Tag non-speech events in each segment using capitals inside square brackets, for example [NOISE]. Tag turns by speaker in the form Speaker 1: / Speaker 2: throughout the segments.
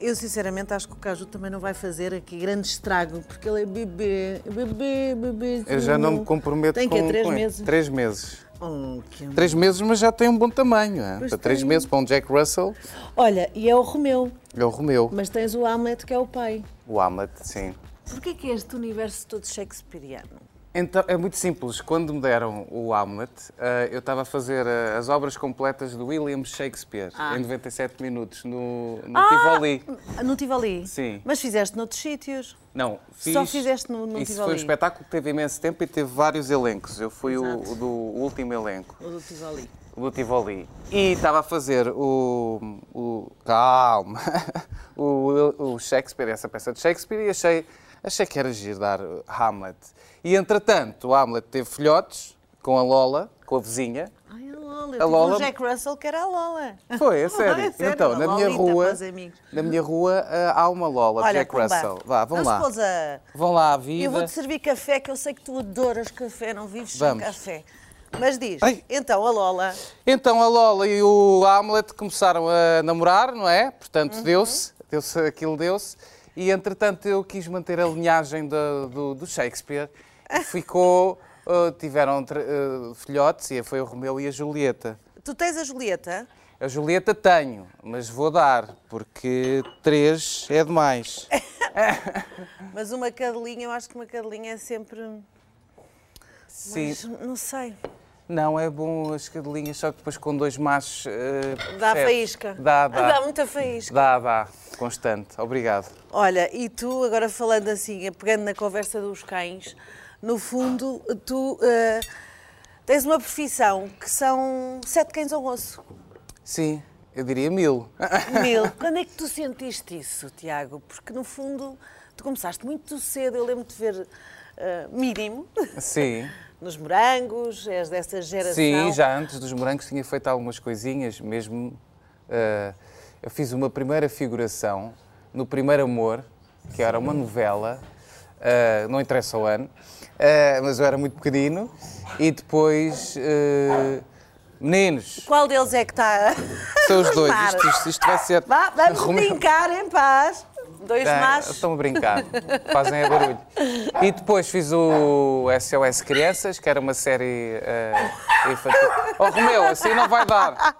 Speaker 1: Eu sinceramente acho que o Caju também não vai fazer aqui grande estrago, porque ele é bebê, bebê, bebê.
Speaker 2: Eu já não me comprometo
Speaker 1: Tem que
Speaker 2: com...
Speaker 1: é três
Speaker 2: com-
Speaker 1: meses.
Speaker 2: Três meses.
Speaker 1: Oh, que amor.
Speaker 2: Três meses, mas já tem um bom tamanho. é?
Speaker 1: Pois
Speaker 2: Para três
Speaker 1: tem.
Speaker 2: meses, para um Jack Russell,
Speaker 1: Olha, e é o Romeu,
Speaker 2: é o Romeu.
Speaker 1: mas tens o Hamlet que é o pai.
Speaker 2: O Hamlet, sim.
Speaker 1: Porquê que é este universo todo shakespeariano?
Speaker 2: Então, é muito simples. Quando me deram o Hamlet, eh, eu estava a fazer eh, as obras completas do William Shakespeare,
Speaker 1: Ah.
Speaker 2: em 97 minutos, no, no Tivoli.
Speaker 1: No Tivoli?
Speaker 2: Sim.
Speaker 1: Mas fizeste noutros sítios.
Speaker 2: Não, fiz...
Speaker 1: Só fizeste no- no
Speaker 2: Isso
Speaker 1: Tivoli.
Speaker 2: foi um espetáculo que teve imenso tempo e teve vários elencos. Eu fui o,
Speaker 1: Exato.
Speaker 2: o do último elenco,
Speaker 1: O do Tivoli.
Speaker 2: o do Tivoli. E estava a fazer o... o calma! [LAUGHS] o, o Shakespeare, essa peça de Shakespeare, e achei, achei que era giro dar Hamlet. E, entretanto, o Hamlet teve filhotes com a Lola, com a vizinha,
Speaker 1: Ai, a Lola. Eu
Speaker 2: A
Speaker 1: tive
Speaker 2: Lola- é
Speaker 1: um Jack Russell que era a Lola.
Speaker 2: Foi, é
Speaker 1: Ah,
Speaker 2: sério.
Speaker 1: [LAUGHS] é sério,
Speaker 2: Então,
Speaker 1: uma
Speaker 2: na minha,
Speaker 1: Lolita
Speaker 2: rua,
Speaker 1: para os amigos.
Speaker 2: na minha rua ah, há uma Lola de
Speaker 1: Olha,
Speaker 2: Jack
Speaker 1: Pumba,
Speaker 2: Russell. Vá, vão
Speaker 1: não
Speaker 2: lá.
Speaker 1: Se pôs a...
Speaker 2: Vão lá à vida.
Speaker 1: Eu vou-te servir café, que eu sei que tu adoras café, não vives
Speaker 2: Vamos.
Speaker 1: sem café. Mas diz,
Speaker 2: Ai.
Speaker 1: então a Lola,
Speaker 2: Então a Lola e o Hamlet começaram a namorar, não é? Portanto,
Speaker 1: Uhum.
Speaker 2: deu-se, deu-se, aquilo deu-se. E entretanto eu quis manter a linhagem da- do, do Shakespeare.
Speaker 1: [LAUGHS]
Speaker 2: Ficou, ah, tiveram tre- ah, filhotes e foi o Romeu e a Julieta.
Speaker 1: tu tens a Julieta?
Speaker 2: A Julieta tenho, mas vou dar, porque três é demais.
Speaker 1: Mas uma cadelinha, eu acho que uma cadelinha é sempre.
Speaker 2: Sim.
Speaker 1: Mas não sei.
Speaker 2: Não, é bom as cadelinhas, só que depois com dois machos. eh,
Speaker 1: Dá
Speaker 2: percebes?
Speaker 1: faísca. Ah,
Speaker 2: Dá,
Speaker 1: Dá um
Speaker 2: dá.
Speaker 1: muita faísca.
Speaker 2: Dá, dá. Constante. Obrigado.
Speaker 1: Olha, e tu, agora falando assim, pegando na conversa dos cães, no fundo, tu eh, tens uma profissão que são sete cães ao osso.
Speaker 2: Sim, eu
Speaker 1: [LAUGHS]
Speaker 2: diria mil.
Speaker 1: Mil. Quando é que tu sentiste isso, Tiago? Porque no fundo, tu começaste muito cedo, eu lembro-te de ver eh, mínimo.
Speaker 2: Sim.
Speaker 1: Nos morangos, és dessa geração.
Speaker 2: Sim, já antes dos morangos tinha feito algumas coisinhas, mesmo. eh, eu fiz uma primeira figuração no Primeiro Amor, que era uma novela, eh, não interessa o ano, eh, mas eu era muito pequenino. E depois. eh, meninos,
Speaker 1: Qual deles é que está a
Speaker 2: [LAUGHS] são os dois.
Speaker 1: rosnar?
Speaker 2: Isto, isto, isto vai ser.
Speaker 1: Vá, vamos
Speaker 2: Romeu-
Speaker 1: brincar em paz. Dois
Speaker 2: Ah,
Speaker 1: machos.
Speaker 2: Estão a brincar, fazem é barulho. E depois fiz o SOS Crianças, que era uma série eh, infantil. Oh, Romeu, assim não vai dar.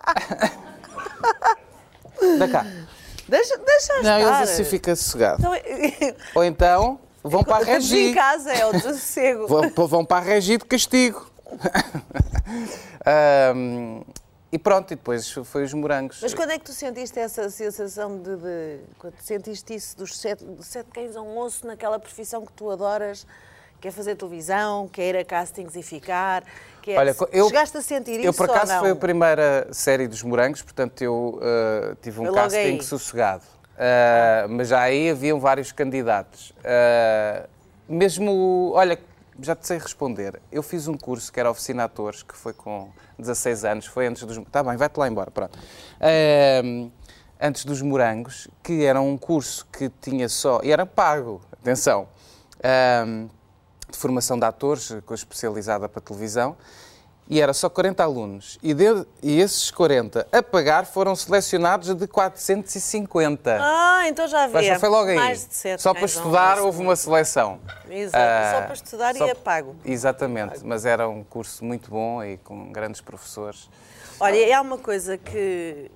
Speaker 2: Dá cá.
Speaker 1: Deixa, deixa
Speaker 2: Não,
Speaker 1: estar.
Speaker 2: eles assim ficam sossegados.
Speaker 1: Então, [LAUGHS] eh,
Speaker 2: Ou então vão para a
Speaker 1: quando eu estive em
Speaker 2: Regi.
Speaker 1: casa é o
Speaker 2: [LAUGHS]
Speaker 1: sossego.
Speaker 2: Vão, vão para a Regi de castigo. [LAUGHS] Ahm, e pronto, e depois foi os morangos.
Speaker 1: Mas quando é que tu sentiste essa sensação de. de- quando sentiste isso dos sete, de sete cães a um osso naquela profissão que tu adoras, que é fazer televisão, que é ir a castings e ficar? Que é,
Speaker 2: Olha, eu-
Speaker 1: chegaste a sentir isso?
Speaker 2: Eu, por acaso,
Speaker 1: ou não?
Speaker 2: foi a primeira série dos Morangos, portanto, eu ah, tive um
Speaker 1: Foi logo
Speaker 2: casting
Speaker 1: aí.
Speaker 2: sossegado. Ah, mas já aí haviam vários candidatos. Ah, mesmo, olha, já te sei responder. Eu fiz um curso que era oficina de atores, que foi com 16 anos, foi antes dos... Está bem, vai-te lá embora, pronto. Ah, antes dos Morangos, que era um curso que tinha só... E era pago, atenção. Ah, de formação de atores, eh, com especializada para televisão, e era só 40 alunos. E, de- e esses 40 a pagar foram selecionados de 450.
Speaker 1: Ah, então já
Speaker 2: Mas
Speaker 1: havia.
Speaker 2: já foi logo aí.
Speaker 1: Mais de sete
Speaker 2: só para
Speaker 1: cães a um
Speaker 2: estudar
Speaker 1: osso.
Speaker 2: houve uma seleção.
Speaker 1: Exato,
Speaker 2: Ah,
Speaker 1: só para estudar
Speaker 2: só-
Speaker 1: e é pago.
Speaker 2: Exatamente, mas era um curso muito bom e com grandes professores.
Speaker 1: Olha, e há uma coisa que,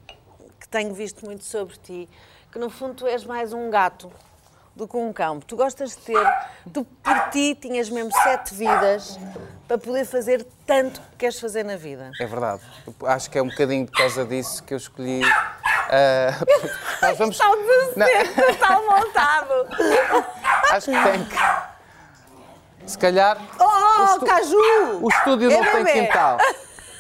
Speaker 1: que tenho visto muito sobre ti, que no fundo tu és mais um gato do que um cão. Tu gostas de ter, tu por ti tinhas mesmo sete vidas para poder fazer tanto que queres fazer na vida.
Speaker 2: É verdade. Eu Acho que é um bocadinho por causa disso que eu escolhi. ah, [LAUGHS]
Speaker 1: [LAUGHS]
Speaker 2: nós vamos.
Speaker 1: Está
Speaker 2: Não.
Speaker 1: de está montado.
Speaker 2: [LAUGHS] Acho que tem que. Se calhar.
Speaker 1: Oh,
Speaker 2: estu-
Speaker 1: Caju!
Speaker 2: O estúdio
Speaker 1: É
Speaker 2: não tem
Speaker 1: bebê.
Speaker 2: quintal.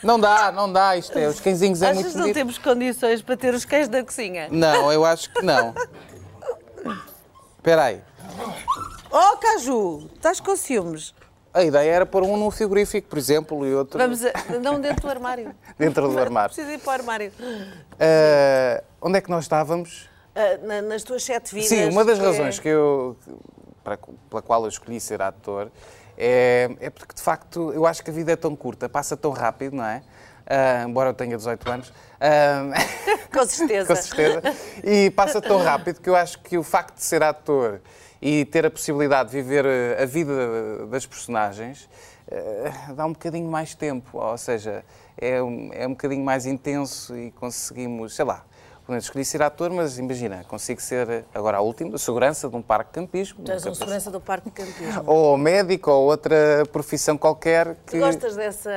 Speaker 2: Não dá, não dá. Isto é, os cãezinhos é
Speaker 1: Achas
Speaker 2: muito
Speaker 1: que não
Speaker 2: bonito.
Speaker 1: temos condições para ter os cães da cozinha?
Speaker 2: Não, eu acho que não. Espera aí.
Speaker 1: Oh, Caju, estás com ciúmes.
Speaker 2: A ideia era pôr um num frigorífico, por exemplo, e outro
Speaker 1: Vamos, a... não dentro do armário.
Speaker 2: dentro do armário.
Speaker 1: Preciso ir para o armário.
Speaker 2: Ah, onde é que nós estávamos?
Speaker 1: Ah, na- nas tuas sete vidas.
Speaker 2: Sim, uma das
Speaker 1: que é-
Speaker 2: razões que eu, para- pela qual eu escolhi ser ator é, é porque, de facto, eu acho que a vida é tão curta, passa tão rápido, não é? Ah, [LAUGHS] embora eu tenha 18 anos. Ah,
Speaker 1: [LAUGHS] Com certeza.
Speaker 2: com certeza. E passa tão rápido que eu acho que o facto de ser ator e ter a possibilidade de viver eh, a vida das personagens eh, dá um bocadinho mais tempo, ou seja, é um, é um bocadinho mais intenso e conseguimos, sei lá, eu escolhi ser ator, mas imagina, consigo ser eh, agora a última, segurança de um parque de campismo.
Speaker 1: Tu és
Speaker 2: nunca
Speaker 1: um
Speaker 2: pensei-
Speaker 1: segurança do Parque de Campismo.
Speaker 2: ou médico ou outra profissão qualquer que
Speaker 1: Tu gostas dessa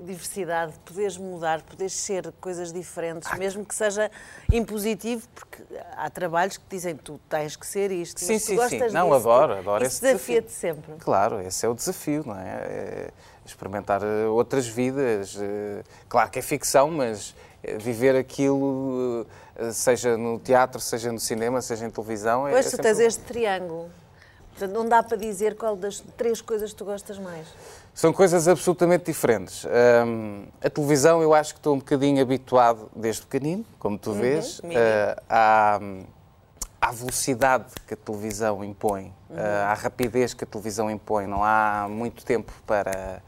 Speaker 1: diversidade, de poderes mudar, poderes ser coisas diferentes,
Speaker 2: Ah.
Speaker 1: mesmo que seja impositivo, porque há trabalhos que dizem tu tens que ser isto.
Speaker 2: Sim,
Speaker 1: mas tu
Speaker 2: sim,
Speaker 1: gostas
Speaker 2: sim. Não,
Speaker 1: disso,
Speaker 2: adoro, adoro
Speaker 1: isso
Speaker 2: esse desafio.
Speaker 1: desafia-te sempre.
Speaker 2: Claro, esse é o desafio, não é? É Experimentar eh, outras vidas. eh, Claro que é ficção, mas eh, viver aquilo, eh, seja no teatro, seja no cinema, seja em televisão. é-
Speaker 1: Pois
Speaker 2: é
Speaker 1: tu
Speaker 2: sempre
Speaker 1: tens
Speaker 2: bom.
Speaker 1: este triângulo. Portanto, não dá para dizer qual das três coisas tu gostas mais.
Speaker 2: São coisas absolutamente diferentes. Hum, a televisão, eu acho que estou um bocadinho habituado desde pequenino, como tu
Speaker 1: Uhum,
Speaker 2: vês,
Speaker 1: mini.
Speaker 2: eh, à, à velocidade que a televisão impõe,
Speaker 1: Uhum.
Speaker 2: eh, à rapidez que a televisão impõe. Não há muito tempo para,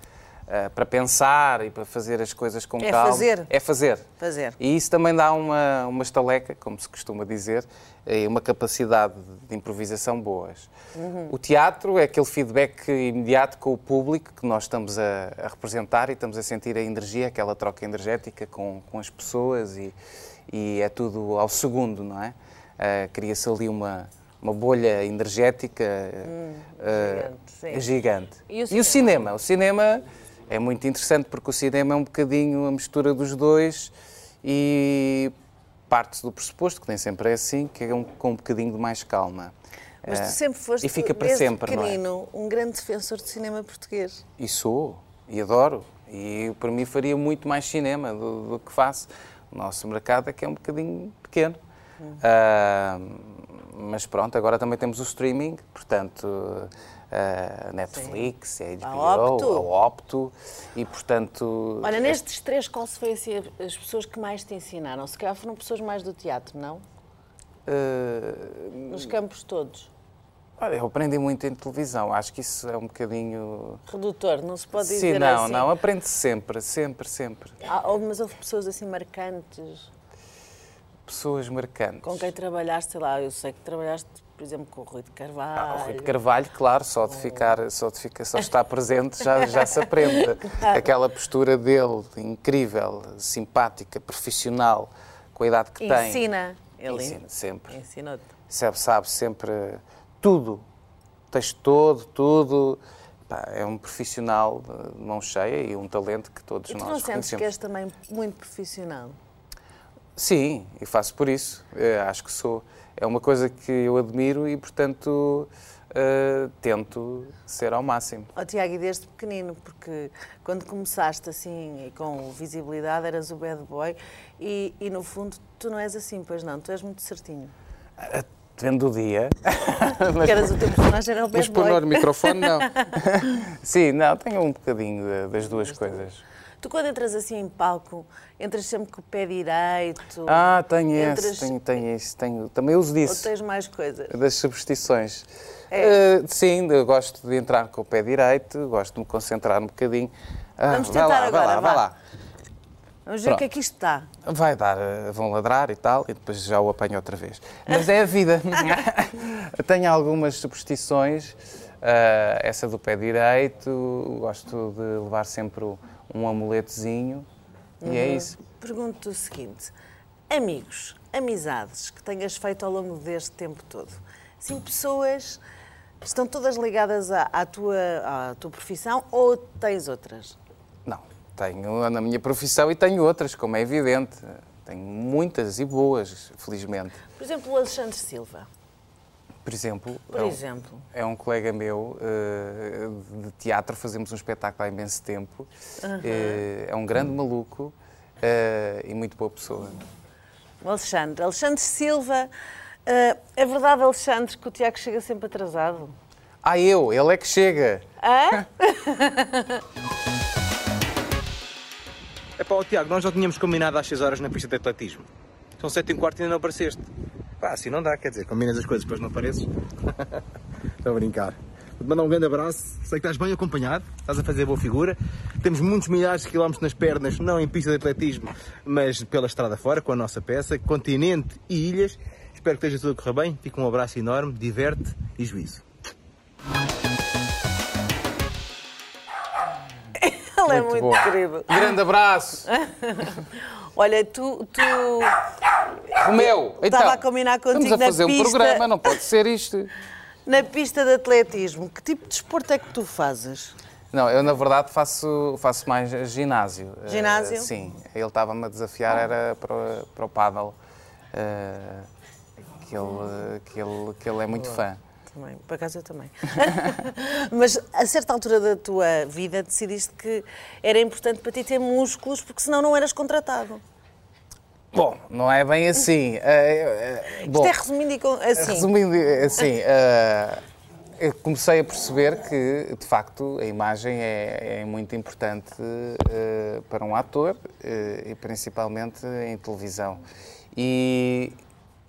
Speaker 2: eh, para pensar e para fazer as coisas com
Speaker 1: É
Speaker 2: calma.
Speaker 1: fazer.
Speaker 2: É fazer.
Speaker 1: Fazer.
Speaker 2: E isso também dá uma, uma estaleca, como se costuma dizer, e uma capacidade de improvisação boas.
Speaker 1: Uhum.
Speaker 2: O teatro é aquele feedback imediato com o público que nós estamos a, a representar e estamos a sentir a energia, aquela troca energética com, com as pessoas e, e é tudo ao segundo, não é? Ah, Cria-se ali uma, uma bolha energética eh, ah,
Speaker 1: Hum, gigante, sim.
Speaker 2: gigante.
Speaker 1: E o
Speaker 2: E o cinema? O cinema é muito interessante porque o cinema é um bocadinho a mistura dos dois e parte do pressuposto, que nem sempre é assim, que é um, com um bocadinho de mais calma.
Speaker 1: Mas
Speaker 2: Eh,
Speaker 1: tu sempre foste,
Speaker 2: E fica para
Speaker 1: desde
Speaker 2: sempre, não é?
Speaker 1: pequenino, um grande defensor de cinema português.
Speaker 2: Eh, E sou, e adoro, e para mim faria muito mais cinema do, do que faço. O nosso mercado é que é um bocadinho pequeno.
Speaker 1: Hum.
Speaker 2: Ah, mas pronto, agora também temos o streaming, portanto, a Netflix, a HBO,
Speaker 1: Opto.
Speaker 2: a Opto, e portanto...
Speaker 1: Olha, nestes três, qual se foi assim, as pessoas que mais te ensinaram? Se calhar foram pessoas mais do teatro, não?
Speaker 2: Uh,
Speaker 1: Nos campos todos.
Speaker 2: Olha, eu aprendi muito em televisão, acho que isso é um bocadinho...
Speaker 1: Redutor, não se pode dizer
Speaker 2: Sim, não,
Speaker 1: assim.
Speaker 2: não, aprende sempre, sempre, sempre.
Speaker 1: Há- houve- mas houve pessoas assim marcantes
Speaker 2: Pessoas marcantes.
Speaker 1: com quem trabalhaste, sei lá, eu sei que trabalhaste, por exemplo, com o Rui de Carvalho.
Speaker 2: Ah, o Rui de Carvalho, claro, só de ficar, só de ficar, só de estar presente já, já
Speaker 1: [LAUGHS]
Speaker 2: se aprende. Aquela postura dele, incrível, simpática, profissional, com a idade que tem.
Speaker 1: Ensina. É Ele
Speaker 2: Ensina sempre.
Speaker 1: ensinou-te.
Speaker 2: Sabe, sabe sempre tudo, o texto todo, tudo. Pá, é um profissional de mão cheia e um talento que todos
Speaker 1: E tu
Speaker 2: nós
Speaker 1: não sentes que
Speaker 2: reconhecemos.
Speaker 1: és também muito profissional?
Speaker 2: Sim, e faço por isso. Eh, acho que sou. É uma coisa que eu admiro e, portanto, eh, tento ser ao máximo.
Speaker 1: Ó Tiago, e desde pequenino, porque quando começaste assim e com visibilidade eras o bad boy e, e no fundo tu não és assim, pois não, tu és muito certinho.
Speaker 2: Depende do dia. [LAUGHS]
Speaker 1: Porque eras o teu personagem, era o
Speaker 2: Mas
Speaker 1: bad
Speaker 2: pôr no
Speaker 1: boy.
Speaker 2: microfone,
Speaker 1: [LAUGHS]
Speaker 2: não. Sim, não, tenho um bocadinho de- das duas coisas.
Speaker 1: Tu quando entras assim em palco, entras sempre com o pé direito
Speaker 2: Ah, tenho
Speaker 1: Entre as-
Speaker 2: esse, tenho, tenho isso, tenho. Também uso
Speaker 1: ou
Speaker 2: disso,
Speaker 1: tens mais coisas?
Speaker 2: das substituições.
Speaker 1: É.
Speaker 2: Eh, sim, eu gosto de entrar com o pé direito, gosto de me concentrar um bocadinho. Ah,
Speaker 1: Vamos
Speaker 2: vai lá,
Speaker 1: tentar
Speaker 2: vai
Speaker 1: agora,
Speaker 2: lá, vai
Speaker 1: vá.
Speaker 2: lá.
Speaker 1: Vamos ver o que é que isto está.
Speaker 2: Vai dar, eh, vão ladrar e tal, e depois já o apanho outra vez. Mas é a vida. Tenho algumas superstições, ah, essa do pé direito, gosto de levar sempre o- um amuletozinho, e é isso.
Speaker 1: Pergunto-te o seguinte: amigos, amizades que tenhas feito ao longo deste tempo todo, sim, pessoas estão todas ligadas à, à tua, à tua profissão ou tens outras?
Speaker 2: Não, tenho na minha profissão e tenho outras, como é evidente. Tenho muitas e boas, felizmente.
Speaker 1: Por exemplo, o Alexandre Silva,
Speaker 2: Por exemplo,
Speaker 1: por
Speaker 2: é um-
Speaker 1: exemplo.
Speaker 2: É um colega meu eh, de teatro, fazemos um espetáculo há imenso tempo. Eh, é um grande maluco eh, e muito boa pessoa.
Speaker 1: O Alexandre, Alexandre Silva, eh, é verdade, Alexandre, que o Tiago chega sempre atrasado?
Speaker 2: Ah, eu, ele é que chega. [LAUGHS]
Speaker 1: Hã?
Speaker 3: É pá, Tiago, nós já tínhamos combinado às 6 horas na pista de atletismo. São 7 e um quarto e ainda não apareceste. Pá, assim não dá, quer dizer, combinas as coisas, depois não apareces. [LAUGHS] Estou a brincar. Vou-te mandar um grande abraço. Sei que estás bem acompanhado, estás a fazer boa figura. Temos muitos milhares de quilómetros nas pernas, não em pista de atletismo, mas pela estrada fora, com a nossa peça, continente e ilhas. Espero que esteja tudo a correr bem. Fica um abraço enorme, diverte e juízo.
Speaker 1: Ele é muito
Speaker 2: bom.
Speaker 1: querido. [LAUGHS]
Speaker 2: Grande abraço.
Speaker 1: Olha, tu, tu
Speaker 2: O meu. Então,
Speaker 1: Estava a combinar contigo
Speaker 2: Estamos a
Speaker 1: na
Speaker 2: fazer um
Speaker 1: pista.
Speaker 2: programa, não pode ser isto.
Speaker 1: na pista de atletismo, que tipo de desporto é que tu fazes?
Speaker 2: Não, eu na verdade faço, faço mais ginásio. Eh,
Speaker 1: Ginásio?
Speaker 2: sim. Ele estava-me a desafiar, era para, para o paddle, eh, que, ele, que, ele, que ele é muito fã.
Speaker 1: Também, por acaso eu também. [LAUGHS] Mas a certa altura da tua vida decidiste que era importante para ti ter músculos, porque senão não eras contratado.
Speaker 2: Bom, não é bem assim. Eh, eh, bom,
Speaker 1: Isto é resumindo e com- assim.
Speaker 2: Resumindo, assim, eh, eu comecei a perceber que, de facto, a imagem é, é muito importante eh, para um ator eh, e principalmente em televisão. E,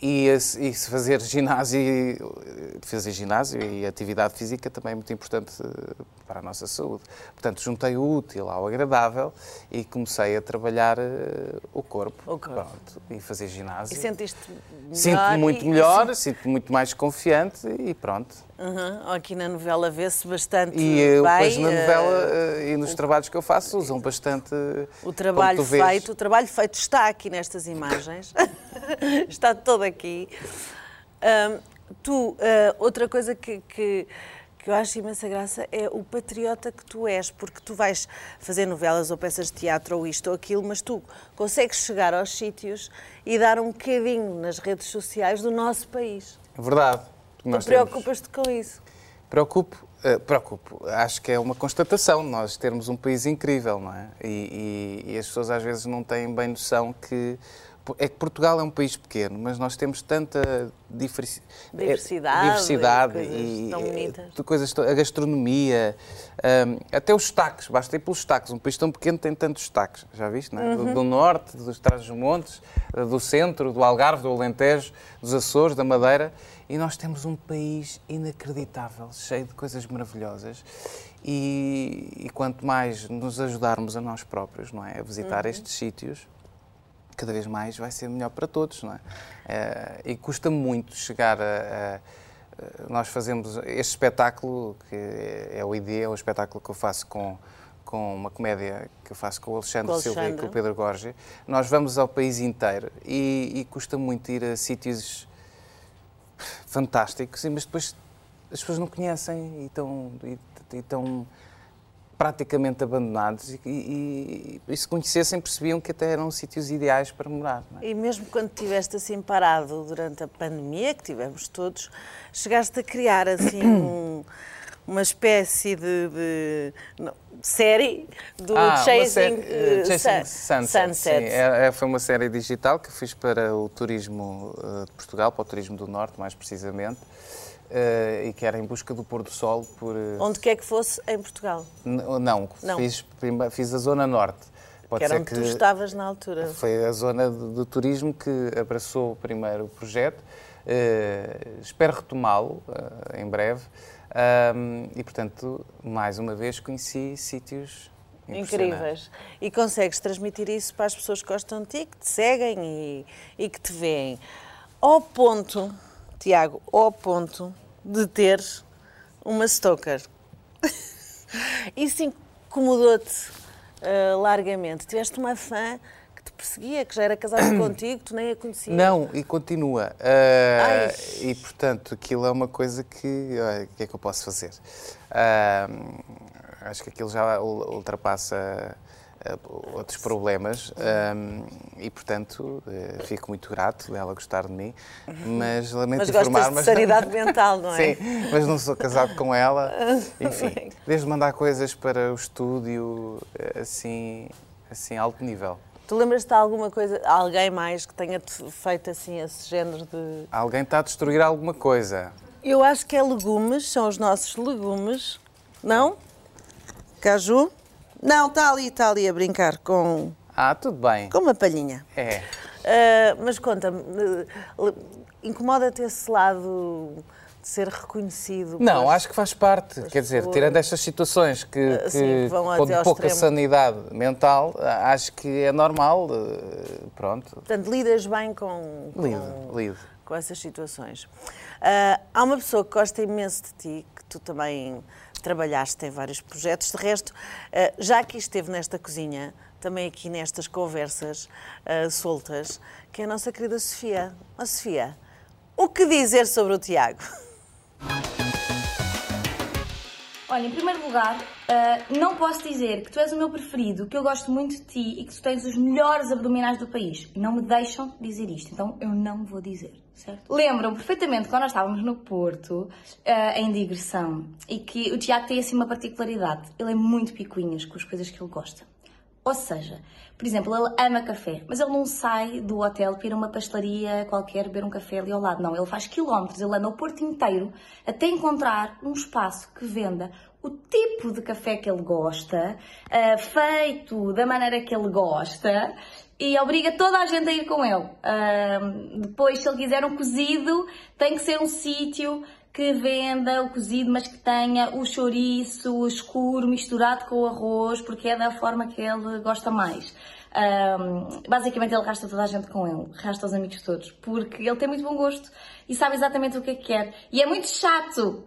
Speaker 2: e, esse- e se fazer ginásio, e, eh, fazer ginásio e atividade física também é muito importante eh, para a nossa saúde. Portanto, juntei o útil ao agradável e comecei a trabalhar eh, o corpo,
Speaker 1: O corpo. é
Speaker 2: Pronto, e fazer ginásio.
Speaker 1: E sentiste melhor.
Speaker 2: Sinto-me muito
Speaker 1: e- assim,
Speaker 2: melhor, sinto-me muito mais confiante e pronto.
Speaker 1: Uhum, aqui na novela vê-se bastante
Speaker 2: E eu,
Speaker 1: bem.
Speaker 2: depois na
Speaker 1: eh,
Speaker 2: novela eh, e nos trabalhos que eu faço usam bastante. eh,
Speaker 1: O trabalho
Speaker 2: como tu vês.
Speaker 1: feito, o trabalho feito está aqui nestas imagens, [LAUGHS] está todo aqui. Ahm, tu, ah, outra coisa que, que, que eu acho imensa graça é o patriota que tu és, porque tu vais fazer novelas ou peças de teatro ou isto ou aquilo, mas tu consegues chegar aos sítios e dar um bocadinho nas redes sociais do nosso país.
Speaker 2: É Verdade. Nós
Speaker 1: tu
Speaker 2: temos-
Speaker 1: preocupas-te com isso.
Speaker 2: Preocupo, eh, preocupo. Acho que é uma constatação nós termos um país incrível, não é? E, e- e as pessoas às vezes não têm bem noção que. É que Portugal é um país pequeno, mas nós temos tanta diferi- eh,
Speaker 1: Diversidade e
Speaker 2: diversidade
Speaker 1: coisas
Speaker 2: e,
Speaker 1: tão
Speaker 2: eh,
Speaker 1: bonitas.
Speaker 2: de coisas, to- a gastronomia, hum, até os tacos, basta ir pelos tacos. Um país tão pequeno tem tantos tacos, já viste, não é? Do, do norte, dos Trás-os-Montes, eh, do centro, do Algarve, do Alentejo, dos Açores, da Madeira. E nós temos um país inacreditável, cheio de coisas maravilhosas. E, e quanto mais nos ajudarmos a nós próprios, não é? A visitar estes sítios, cada vez mais vai ser melhor para todos, não é? Eh, e custa muito chegar a, a- Nós fazemos este espetáculo, que é o ID, é o espetáculo que eu faço com, com uma comédia que eu faço com o Alexandre,
Speaker 1: Com o
Speaker 2: Silva e com
Speaker 1: Alexandre.
Speaker 2: o Pedro Gorge. Nós vamos ao país inteiro e, e custa muito ir a sítios fantásticos, e- mas depois as pessoas não conhecem e estão. E, e estão praticamente abandonados e, e- e se conhecessem percebiam que até eram sítios ideais para morar. Não é?
Speaker 1: E mesmo quando estiveste assim parado durante a pandemia, que tivemos todos, chegaste a criar
Speaker 2: [COUGHS]
Speaker 1: assim um- uma espécie de, de- não, série do
Speaker 2: Ah, uma
Speaker 1: Chasing,
Speaker 2: série,
Speaker 1: eh,
Speaker 2: eh, Chasing
Speaker 1: Sun-
Speaker 2: Sunset.
Speaker 1: Sunset.
Speaker 2: Sim, é- é- foi uma série digital que eu fiz para o turismo eh, de Portugal, para o turismo do Norte, mais precisamente, eh, e que era em busca do pôr do sol por. eh,
Speaker 1: Onde quer que fosse em Portugal,
Speaker 2: n- não,
Speaker 1: Não.
Speaker 2: Fiz, prima- fiz a Zona Norte. Pode
Speaker 1: que era
Speaker 2: ser
Speaker 1: onde tu estavas na altura.
Speaker 2: Foi a zona de, de turismo que abraçou primeiro o projeto. Eh, espero retomá-lo eh, em breve. Ahm, e, portanto, mais uma vez conheci sítios impressionantes.
Speaker 1: Incríveis. E consegues transmitir isso para as pessoas que gostam de ti, que te seguem e, e que te veem. Ao ponto, Tiago, ao ponto de teres uma stalker. [LAUGHS] isso incomodou-te ah, largamente. Tiveste uma fã que te perseguia, que já era casada contigo, tu nem a conhecias.
Speaker 2: Não, e continua. Ah,
Speaker 1: Ai.
Speaker 2: e portanto, aquilo é uma coisa que. olha, O que é que eu posso fazer? Ah, acho que aquilo já ul- ultrapassa ah, outros problemas ah, e portanto eh, fico muito grato dela gostar de mim, mas lamento
Speaker 1: Mas
Speaker 2: informar.
Speaker 1: gostas de
Speaker 2: [LAUGHS]
Speaker 1: sanidade mental, não é?
Speaker 2: Sim, mas não sou casado
Speaker 1: [LAUGHS]
Speaker 2: com ela. Enfim, desde mandar coisas para o estúdio eh, assim, assim alto nível.
Speaker 1: Tu lembras-te de alguma coisa, alguém mais que tenha feito assim esse género de.
Speaker 2: Alguém está a destruir alguma coisa.
Speaker 1: Eu acho que é legumes, são os nossos legumes. Não? Caju? Não, está ali, está ali a brincar com,
Speaker 2: Ah, tudo bem.
Speaker 1: com uma palhinha.
Speaker 2: É.
Speaker 1: Ah, mas conta-me, eh, le- incomoda-te esse lado de ser reconhecido.
Speaker 2: Não,
Speaker 1: pelas-
Speaker 2: acho que faz parte. Quer dizer,
Speaker 1: pessoas-
Speaker 2: tirando estas situações que,
Speaker 1: Ah,
Speaker 2: que-
Speaker 1: sim, que vão
Speaker 2: com
Speaker 1: até ao
Speaker 2: pouca
Speaker 1: extremo.
Speaker 2: sanidade mental, ah, acho que é normal. eh, Pronto,
Speaker 1: Portanto, lidas bem com, com-
Speaker 2: lido, lido.
Speaker 1: com essas situações. Ah, há uma pessoa que gosta imenso de ti, que tu também trabalhaste em vários projetos. De resto, ah, já aqui esteve nesta cozinha, também aqui nestas conversas ah, soltas, que é a nossa querida Sofia. Ó Sofia, o que dizer sobre o Tiago?
Speaker 4: Olha, em primeiro lugar, ah, não posso dizer que tu és o meu preferido, que eu gosto muito de ti e que tu tens os melhores abdominais do país. E não me deixam dizer isto, então eu não vou dizer, certo? Lembram perfeitamente quando nós estávamos no Porto, ah, em digressão, e que o Tiago tem assim uma particularidade. Ele é muito picuinhas com as coisas que ele gosta. Ou seja, por exemplo, ele ama café, mas ele não sai do hotel para ir a uma pastelaria qualquer beber um café ali ao lado. Não, ele faz quilómetros, ele anda o Porto inteiro até encontrar um espaço que venda o tipo de café que ele gosta, ah, feito da maneira que ele gosta e obriga toda a gente a ir com ele. Ah, depois, se ele quiser um cozido, tem que ser um sítio que venda o cozido, mas que tenha o chouriço escuro misturado com o arroz, porque é da forma que ele gosta mais. Ahm, basicamente, ele rasta toda a gente com ele, rasta os amigos todos, porque ele tem muito bom gosto e sabe exatamente o que é que quer. E é muito chato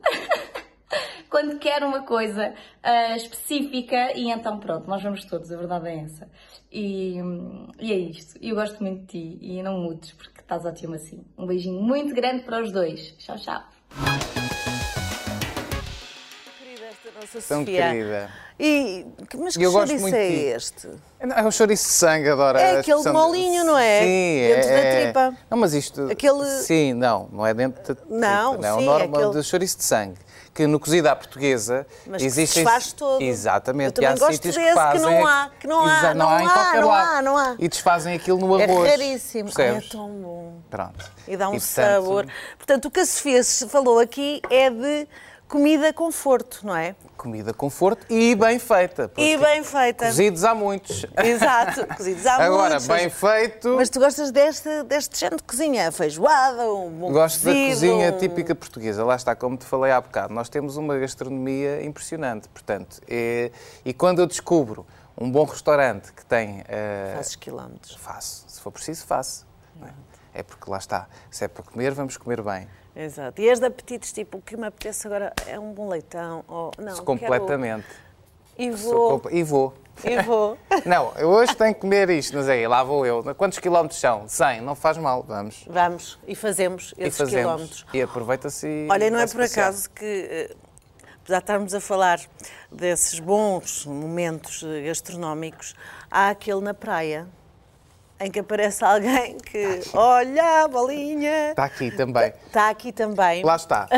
Speaker 4: [LAUGHS] quando quer uma coisa ah, específica, e então pronto, nós vamos todos, a verdade é essa. E, hum, e é isto. Eu gosto muito de ti e não mudes, porque estás ótimo assim. Um beijinho muito grande para os dois. Tchau, tchau.
Speaker 1: Querida, esta é nossa
Speaker 2: Tão
Speaker 1: Sofia.
Speaker 2: querida.
Speaker 1: E, que- mas que
Speaker 2: Eu gosto
Speaker 1: chouriço
Speaker 2: muito
Speaker 1: é
Speaker 2: de ti.
Speaker 1: este?
Speaker 2: Não, É um chouriço de sangue, adoro.
Speaker 1: É
Speaker 2: a
Speaker 1: aquele
Speaker 2: expressão de-
Speaker 1: molinho, não é?
Speaker 2: Sim,
Speaker 1: Dentro da
Speaker 2: é-
Speaker 1: tripa.
Speaker 2: Não, mas isto.
Speaker 1: Aquele-
Speaker 2: Sim, não, não é dentro da tripa.
Speaker 1: Não,
Speaker 2: é o
Speaker 1: sim,
Speaker 2: normal
Speaker 1: aquele-
Speaker 2: do chouriço de sangue. Que no cozido à portuguesa
Speaker 1: Mas que se
Speaker 2: existem.
Speaker 1: desfaz todo. Eu
Speaker 2: Exatamente, e
Speaker 1: também
Speaker 2: há
Speaker 1: gosto
Speaker 2: sítios
Speaker 1: desse
Speaker 2: que
Speaker 1: que
Speaker 2: fazem.
Speaker 1: não há, que não há,
Speaker 2: Exa-
Speaker 1: não
Speaker 2: em
Speaker 1: há,
Speaker 2: qualquer
Speaker 1: não
Speaker 2: lado.
Speaker 1: há, não há.
Speaker 2: E desfazem aquilo no arroz.
Speaker 1: É raríssimo. Ai, é
Speaker 2: Percebes?
Speaker 1: tão bom.
Speaker 2: Pronto.
Speaker 1: E dá um
Speaker 2: portanto,
Speaker 1: sabor. Portanto, o que a Sofia se falou aqui é de comida conforto, não é?
Speaker 2: Comida conforto e bem feita.
Speaker 1: E
Speaker 2: porque
Speaker 1: bem feita.
Speaker 2: Cozidos há muitos.
Speaker 1: Exato, cozidos há
Speaker 2: [LAUGHS] Agora,
Speaker 1: muitos.
Speaker 2: bem feito.
Speaker 1: Mas tu gostas deste, deste género de cozinha? Feijoada, um bom
Speaker 2: Gosto da
Speaker 1: cozido,
Speaker 2: cozinha
Speaker 1: um-
Speaker 2: típica portuguesa. Lá está, como te falei há bocado, nós temos uma gastronomia impressionante. Portanto, é- e quando eu descubro um bom restaurante que tem. eh,
Speaker 1: Fazes quilómetros.
Speaker 2: faço, se for preciso, faço. não é? É porque lá está. Se é para comer, vamos comer bem.
Speaker 1: Exato. E és de apetites, tipo, o que me apetece agora é um bom leitão ou... Não, quero-
Speaker 2: completamente.
Speaker 1: E
Speaker 2: Sou
Speaker 1: vou...
Speaker 2: compa- E vou.
Speaker 1: E
Speaker 2: [LAUGHS]
Speaker 1: vou.
Speaker 2: Não, eu hoje tenho que comer isto, mas aí, lá vou eu. Quantos quilómetros são? 100, não faz mal, vamos.
Speaker 1: Vamos e fazemos
Speaker 2: E
Speaker 1: esses
Speaker 2: fazemos.
Speaker 1: quilómetros.
Speaker 2: E aproveita-se e
Speaker 1: Olha, não é
Speaker 2: vai-se
Speaker 1: por
Speaker 2: passear.
Speaker 1: acaso que, eh, apesar de estarmos a falar desses bons momentos eh, gastronómicos, há aquele na praia em que aparece [LAUGHS] alguém que, olha, a bolinha,
Speaker 2: Está aqui também.
Speaker 1: está aqui também.
Speaker 2: Tá. Lá está.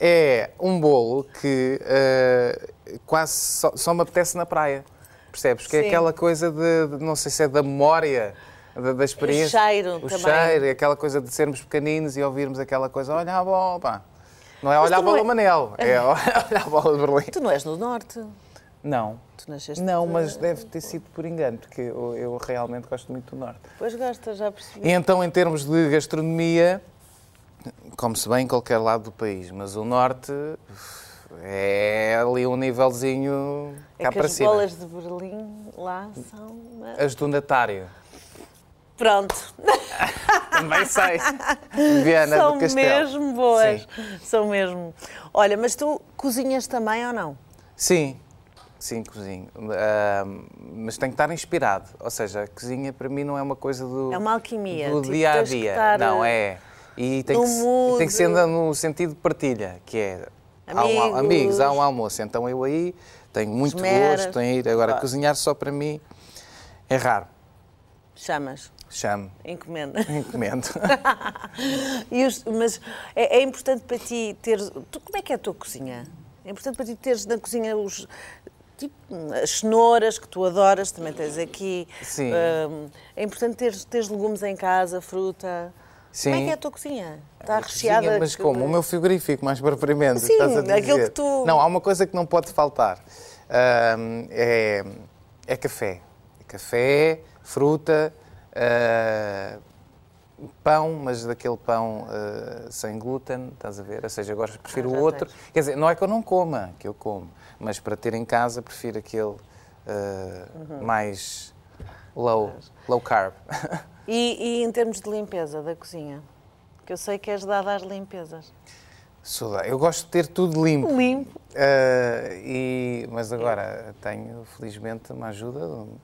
Speaker 2: É um bolo que eh, quase só, só me apetece na praia. Percebes? Que é
Speaker 1: Sim.
Speaker 2: aquela coisa de, de- não sei se é da memória, da, da experiência.
Speaker 1: cheiro
Speaker 2: o
Speaker 1: também.
Speaker 2: cheiro, aquela coisa de sermos pequeninos e ouvirmos aquela coisa, olha a bola, pá. Não é olha
Speaker 1: tu
Speaker 2: a
Speaker 1: não
Speaker 2: bola
Speaker 1: é-
Speaker 2: Manel,
Speaker 1: [LAUGHS]
Speaker 2: é olha a bola de Berlim.
Speaker 1: Tu não és do norte,
Speaker 2: Não.
Speaker 1: tu nasceste...
Speaker 2: Não, mas deve ter sido por engano, porque eu, eu realmente gosto muito do Norte.
Speaker 1: Pois gostas, já percebi.
Speaker 2: E então, em termos de gastronomia, come-se bem em qualquer lado do país, mas o norte uf, é ali um nívelzinho cá
Speaker 1: É que
Speaker 2: para
Speaker 1: as
Speaker 2: cima.
Speaker 1: bolas de Berlim lá são... uma-
Speaker 2: As
Speaker 1: [LAUGHS]
Speaker 2: do Natário,
Speaker 1: Pronto,
Speaker 2: também sei. Viana
Speaker 1: [LAUGHS] são
Speaker 2: do Castelo.
Speaker 1: mesmo boas,
Speaker 2: Sim.
Speaker 1: são mesmo. Olha, mas tu cozinhas também ou não?
Speaker 2: Sim, sim, cozinho. Ah, mas tem que estar inspirado. Ou seja, a cozinha para mim não é uma coisa do.
Speaker 1: É uma alquimia,
Speaker 2: Do
Speaker 1: tipo,
Speaker 2: dia a
Speaker 1: tens que
Speaker 2: dia.
Speaker 1: estar,
Speaker 2: não,
Speaker 1: eh,
Speaker 2: é. E tem
Speaker 1: no
Speaker 2: que, se- tem que ser
Speaker 1: mood.
Speaker 2: andar no sentido de partilha, que é. há um al-
Speaker 1: Amigos.
Speaker 2: amigos, há um almoço. Então eu aí tenho muito
Speaker 1: Esmeras.
Speaker 2: gosto em ir. Agora,
Speaker 1: Claro.
Speaker 2: cozinhar só para mim é raro.
Speaker 1: Chamas,
Speaker 2: Chamo, [LAUGHS]
Speaker 1: encomenda.
Speaker 2: encomendo.
Speaker 1: [LAUGHS] E os- mas é, é importante para ti ter. Tu, como é que é a tua cozinha? É importante para ti teres na cozinha os. Tipo, as cenouras que tu adoras, também tens aqui.
Speaker 2: Sim.
Speaker 1: Ahm, é importante teres, teres legumes em casa, fruta. Como é
Speaker 2: Sim.
Speaker 1: que é a tua cozinha? Está
Speaker 2: Cozinha,
Speaker 1: recheada.
Speaker 2: mas
Speaker 1: de-
Speaker 2: como? O meu frigorífico, mais propriamente.
Speaker 1: Sim,
Speaker 2: estás a dizer.
Speaker 1: aquilo que tu-
Speaker 2: Não, há uma coisa que não pode faltar. Ahm, é, é café. Café, fruta, ah, pão, mas daquele pão eh, sem glúten, estás a ver? Ou seja, agora prefiro
Speaker 1: Ah, já
Speaker 2: o outro.
Speaker 1: tens.
Speaker 2: Quer dizer, não é que eu não coma, que eu como, mas para ter em casa prefiro aquele eh,
Speaker 1: Uhum.
Speaker 2: mais low, low carb. [LAUGHS]
Speaker 1: E, e em termos de limpeza da cozinha? Que eu sei que és dada às limpezas.
Speaker 2: Soda- eu gosto de ter tudo limpo.
Speaker 1: Limpo.
Speaker 2: Eh, e, mas agora tenho, felizmente, uma ajuda do-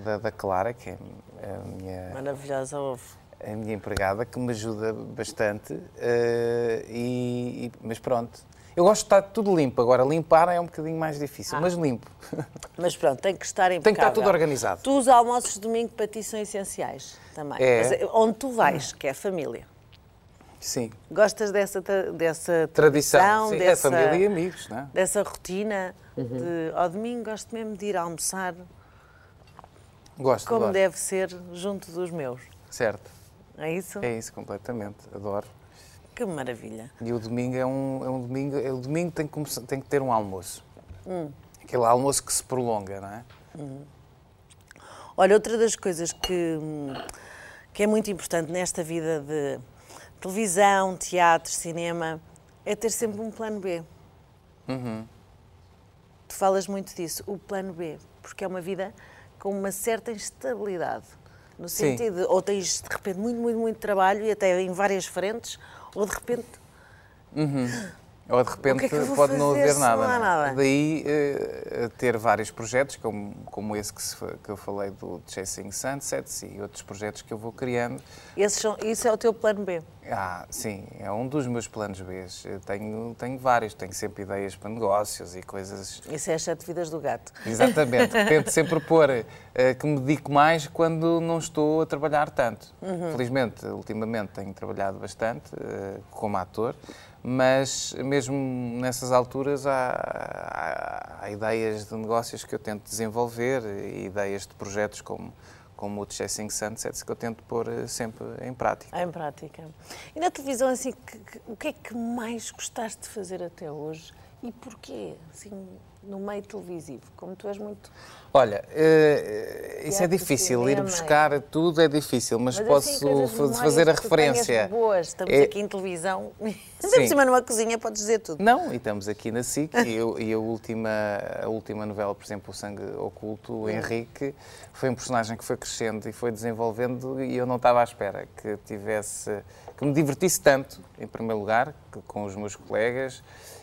Speaker 2: da, da Clara, que é a minha
Speaker 1: Maravilhosa ovo.
Speaker 2: a minha empregada que me ajuda bastante eh, e, e- mas pronto eu gosto de estar tudo limpo agora limpar é um bocadinho mais
Speaker 1: Ah.
Speaker 2: difícil mas limpo [LAUGHS]
Speaker 1: Mas pronto, tem que estar impecável.
Speaker 2: Tem que estar tudo organizado.
Speaker 1: Tu, os almoços de domingo para ti são essenciais também.
Speaker 2: É.
Speaker 1: Mas eh, onde tu vais, que é a família.
Speaker 2: sim
Speaker 1: Gostas dessa, tra- dessa
Speaker 2: tradição,
Speaker 1: tradição,
Speaker 2: sim.
Speaker 1: dessa,
Speaker 2: é família e amigos não é? Uhum.
Speaker 1: dessa rotina? De, ao domingo gosto mesmo de ir almoçar
Speaker 2: gosto
Speaker 1: como
Speaker 2: adoro.
Speaker 1: deve ser junto dos meus.
Speaker 2: certo
Speaker 1: É isso?
Speaker 2: é isso completamente adoro
Speaker 1: Que maravilha.
Speaker 2: e o domingo é um, é um domingo é o domingo tem que começar- tem que ter um almoço
Speaker 1: Hum.
Speaker 2: aquele almoço que se prolonga não é
Speaker 1: Olha, outra das coisas que, hum, que é muito importante nesta vida de televisão, teatro, cinema, é ter sempre um plano B.
Speaker 2: Uhum.
Speaker 1: Tu falas muito disso, o plano B, porque é uma vida com uma certa instabilidade. No
Speaker 2: Sim.
Speaker 1: sentido, ou tens de repente muito, muito, muito trabalho e até em várias frentes, ou de repente
Speaker 2: Ou de repente
Speaker 1: que eu vou
Speaker 2: pode não
Speaker 1: fazer
Speaker 2: haver
Speaker 1: se não
Speaker 2: nada.
Speaker 1: há
Speaker 2: não é?
Speaker 1: nada?
Speaker 2: Daí eh, eh, ter vários projetos, como, como esse que, se fa- que eu falei do Chasing Sunsets e outros projetos que eu vou criando.
Speaker 1: esses são, isso é o teu plano B.
Speaker 2: Ah, sim, é um dos meus planos B. Tenho, tenho vários, tenho sempre ideias para negócios e coisas.
Speaker 1: Isso é as sete vidas do gato. [LAUGHS]
Speaker 2: Exatamente, tento sempre pôr eh, que me dedico mais quando não estou a trabalhar tanto.
Speaker 1: Uhum.
Speaker 2: Felizmente, ultimamente tenho trabalhado bastante eh, como ator, mas mesmo nessas alturas há, há- há ideias de negócios que eu tento desenvolver, e ideias de projetos como, como o de Chasing Sunsets que eu tento pôr eh, sempre em prática.
Speaker 1: Em prática. E na televisão, assim, que- que- o que é que mais gostaste de fazer até hoje e porquê? Assim, no meio televisivo, como tu és muito.
Speaker 2: Olha, eh, isso é
Speaker 1: Teatro,
Speaker 2: difícil, ir
Speaker 1: cinema,
Speaker 2: buscar tudo é difícil, mas,
Speaker 1: Mas, assim,
Speaker 2: posso
Speaker 1: coisas,
Speaker 2: fa-
Speaker 1: memórias
Speaker 2: fazer a
Speaker 1: que tu tenhas
Speaker 2: referência.
Speaker 1: Boas, estamos
Speaker 2: É-
Speaker 1: aqui em televisão, [LAUGHS]
Speaker 2: Sim.
Speaker 1: estamos cima numa cozinha, podes dizer tudo.
Speaker 2: Não, e estamos aqui na SIC e, eu- e a, última, a última novela, por exemplo, O Sangue Oculto, o Henrique, foi um personagem que foi crescendo e foi desenvolvendo e eu não estava à espera que tivesse, que me divertisse tanto, em primeiro lugar, que- com os meus colegas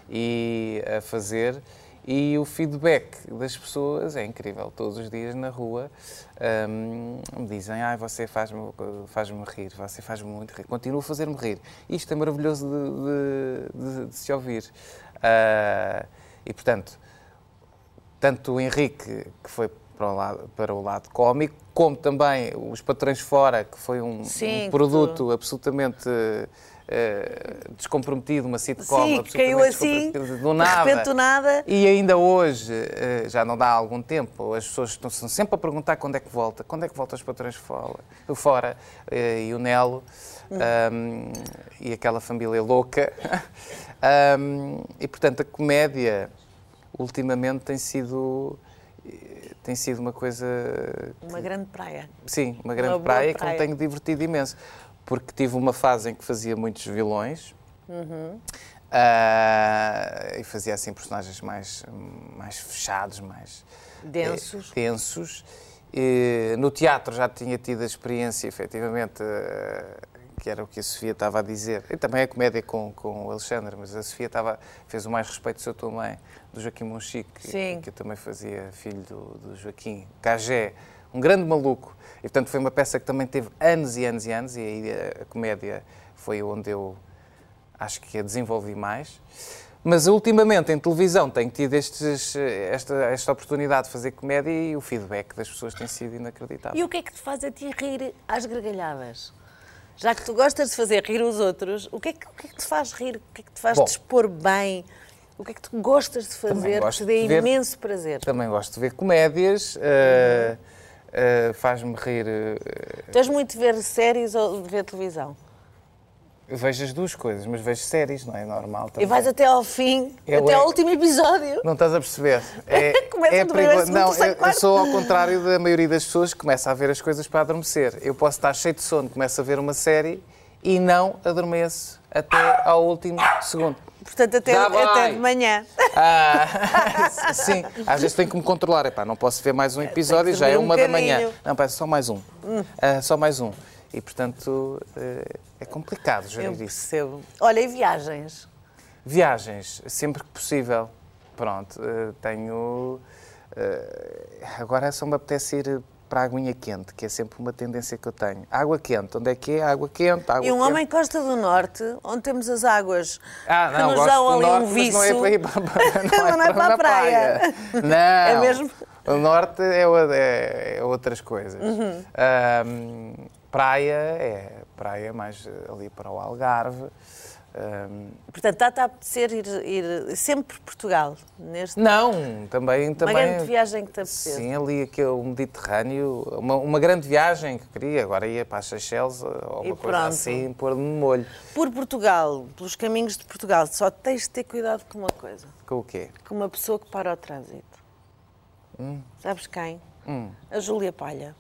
Speaker 2: e a fazer. E o feedback das pessoas é incrível. Todos os dias na rua hum, me dizem: Ai, você faz-me faz rir, você faz-me muito rir, continua a fazer-me rir. Isto é maravilhoso de, de- de- de se ouvir. Ah, e portanto, tanto o Henrique, que foi para o lado, para o lado cómico, como também os Patrões Fora, que foi um,
Speaker 1: Sim,
Speaker 2: um
Speaker 1: que
Speaker 2: produto absolutamente. eh, descomprometido, uma sitcom
Speaker 1: Sim, que caiu
Speaker 2: absolutamente
Speaker 1: assim,
Speaker 2: descomprometida,
Speaker 1: de repente do nada.
Speaker 2: e ainda hoje, eh, já não dá há algum tempo, as pessoas estão são sempre a perguntar quando é que volta, quando é que volta os patrões fora, fora eh, e o Nelo ahm, e aquela família louca. [LAUGHS] Ahm, e portanto, a comédia ultimamente tem sido, eh, tem sido uma coisa
Speaker 1: Uma grande praia.
Speaker 2: Sim, uma grande
Speaker 1: boa
Speaker 2: praia que
Speaker 1: praia.
Speaker 2: me tenho divertido imenso. Porque tive uma fase em que fazia muitos vilões.
Speaker 1: Uhum.
Speaker 2: Ah, e fazia assim personagens mais, mais fechados, mais
Speaker 1: Densos.
Speaker 2: eh, densos. E no teatro já tinha tido a experiência, efetivamente, eh, que era o que a Sofia estava a dizer. E também a comédia com, com o Alexandre, mas a Sofia estava, fez o mais respeito seu tua mãe, do Joaquim Monchique,
Speaker 1: Sim.
Speaker 2: que eu também fazia filho do, do Joaquim Cagé, um grande maluco. E, portanto, foi uma peça que também teve anos e anos e anos, e aí a, a comédia foi onde eu acho que a desenvolvi mais. Mas ultimamente em televisão tenho tido estes, esta, esta oportunidade de fazer comédia e o feedback das pessoas tem sido inacreditável.
Speaker 1: E o que é que te faz a ti rir às gargalhadas? Já que tu gostas de fazer rir os outros, o que é que, o que, é que te faz rir? O que é que te faz
Speaker 2: Bom.
Speaker 1: dispor bem? O que é que tu gostas de fazer que
Speaker 2: gosto
Speaker 1: te dê
Speaker 2: de ver-
Speaker 1: imenso prazer?
Speaker 2: Também gosto de ver comédias, eh, eh, faz-me rir eh,
Speaker 1: Tu és muito de ver séries ou de ver televisão?
Speaker 2: Eu vejo as duas coisas, mas vejo séries, não é normal
Speaker 1: E
Speaker 2: também.
Speaker 1: vais até ao fim,
Speaker 2: Eu
Speaker 1: até
Speaker 2: é-
Speaker 1: ao último episódio.
Speaker 2: Não estás a perceber. É,
Speaker 1: [LAUGHS] Começa do primeiro, segundo,
Speaker 2: Não,
Speaker 1: terceiro,
Speaker 2: eu, eu
Speaker 1: quarto.
Speaker 2: sou ao contrário da maioria das pessoas que começa a ver as coisas para adormecer. Eu posso estar cheio de sono, começo a ver uma série e não adormeço até ao último segundo.
Speaker 1: Portanto, até,
Speaker 2: Já vai.
Speaker 1: até de manhã.
Speaker 2: Ah, [LAUGHS] sim, às vezes tenho que me controlar. Epá, não posso ver mais um episódio, já é
Speaker 1: dormir um
Speaker 2: uma da manhã.
Speaker 1: bocadinho. Hum.
Speaker 2: Não, pá, só mais um. Ah, só mais um. E, portanto, eh, é complicado gerir
Speaker 1: Eu
Speaker 2: isso.
Speaker 1: percebo. Olha, e viagens?
Speaker 2: Viagens, sempre que possível. Pronto, eh, tenho. eh, Agora só me apetece ir para a aguinha quente, que é sempre uma tendência que eu tenho. Água quente, onde é que é? Água quente, água
Speaker 1: E um
Speaker 2: quente.
Speaker 1: homem Costa do Norte, onde temos as águas
Speaker 2: Ah,
Speaker 1: que
Speaker 2: não,
Speaker 1: nos
Speaker 2: gosto
Speaker 1: dão
Speaker 2: do
Speaker 1: ali
Speaker 2: norte,
Speaker 1: um
Speaker 2: mas
Speaker 1: viço.
Speaker 2: não é para
Speaker 1: [LAUGHS]
Speaker 2: ir para, [LAUGHS]
Speaker 1: Não é para a
Speaker 2: na
Speaker 1: praia.
Speaker 2: Não.
Speaker 1: É mesmo?
Speaker 2: O norte é, o- é- é outras coisas.
Speaker 1: Uhum.
Speaker 2: Ahm, praia é praia mais ali para o Algarve. Ahm,
Speaker 1: Portanto, está-te a apetecer ir, ir sempre por Portugal, neste.
Speaker 2: não, também
Speaker 1: Uma
Speaker 2: também é
Speaker 1: grande viagem que te apetece.
Speaker 2: Sim, ali aquele Mediterrâneo, uma, uma grande viagem que queria, agora ia para as Seychelles eh, ou
Speaker 1: E
Speaker 2: uma coisa
Speaker 1: pronto.
Speaker 2: assim, pôr-me no molho.
Speaker 1: Por Portugal, pelos caminhos de Portugal, só tens de ter cuidado com uma coisa:
Speaker 2: Com o quê?
Speaker 1: com uma pessoa que para o trânsito.
Speaker 2: Hum.
Speaker 1: Sabes quem? A Júlia Palha.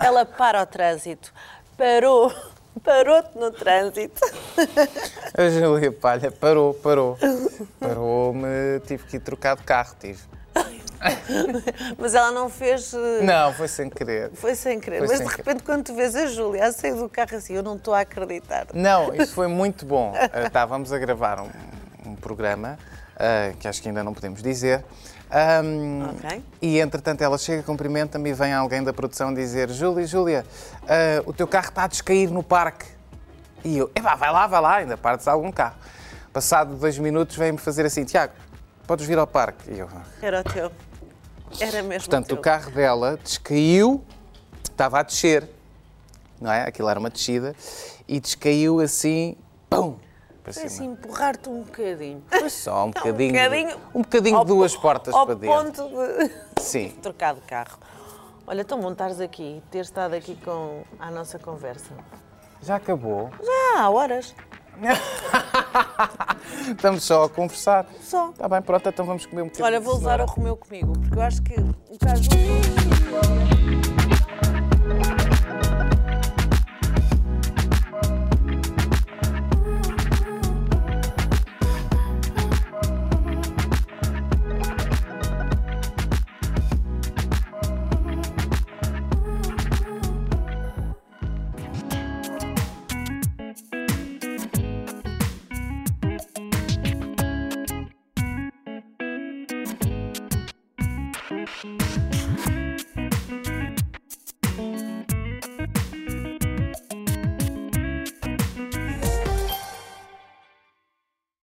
Speaker 1: Ela para o trânsito. Parou. [LAUGHS] Parou-te no trânsito. [LAUGHS]
Speaker 2: A Júlia Palha parou, parou. Parou-me, tive que ir trocar de carro, tive.
Speaker 1: Mas ela não fez. eh,
Speaker 2: Não, foi sem querer.
Speaker 1: Foi sem querer.
Speaker 2: Foi
Speaker 1: Mas
Speaker 2: sem
Speaker 1: de
Speaker 2: querer.
Speaker 1: repente, quando tu vês a Júlia a sair do carro assim, eu não estou a acreditar.
Speaker 2: Não, isso foi muito bom. Ah, Estávamos a gravar um, um programa, ah, que acho que ainda não podemos dizer. Ahm,
Speaker 1: Ok.
Speaker 2: E entretanto ela chega, cumprimenta-me e vem alguém da produção dizer: Júlia, Júlia, ah, o teu carro está a descair no parque. E eu: Epá, vai lá, vai lá, ainda partes algum carro. Passado dois minutos, vem-me fazer assim: Tiago, podes vir ao parque. E eu: "Ah,
Speaker 1: Era o teu. Era mesmo
Speaker 2: Portanto,
Speaker 1: o
Speaker 2: o
Speaker 1: teu.
Speaker 2: carro dela descaiu, estava a descer, não é? Aquilo era uma descida, e descaiu assim, pum, para
Speaker 1: Foi
Speaker 2: cima.
Speaker 1: assim, empurrar-te um
Speaker 2: [LAUGHS]
Speaker 1: bocadinho.
Speaker 2: Foi só um bocadinho,
Speaker 1: Então, bocadinho
Speaker 2: um bocadinho
Speaker 1: ao
Speaker 2: de duas
Speaker 1: po-
Speaker 2: portas
Speaker 1: ao
Speaker 2: para dentro.
Speaker 1: ponto de [LAUGHS]
Speaker 2: Sim.
Speaker 1: trocar de carro. Olha, tão bom estares aqui, ter estado aqui com a nossa conversa.
Speaker 2: Já acabou?
Speaker 1: Já há horas,
Speaker 2: Estamos só a conversar.
Speaker 1: só.
Speaker 2: Tá, Está bem, pronto, então vamos comer um bocadinho.
Speaker 1: Olha, vou levar o
Speaker 2: senão-
Speaker 1: Romeu comigo, porque eu acho que o caso...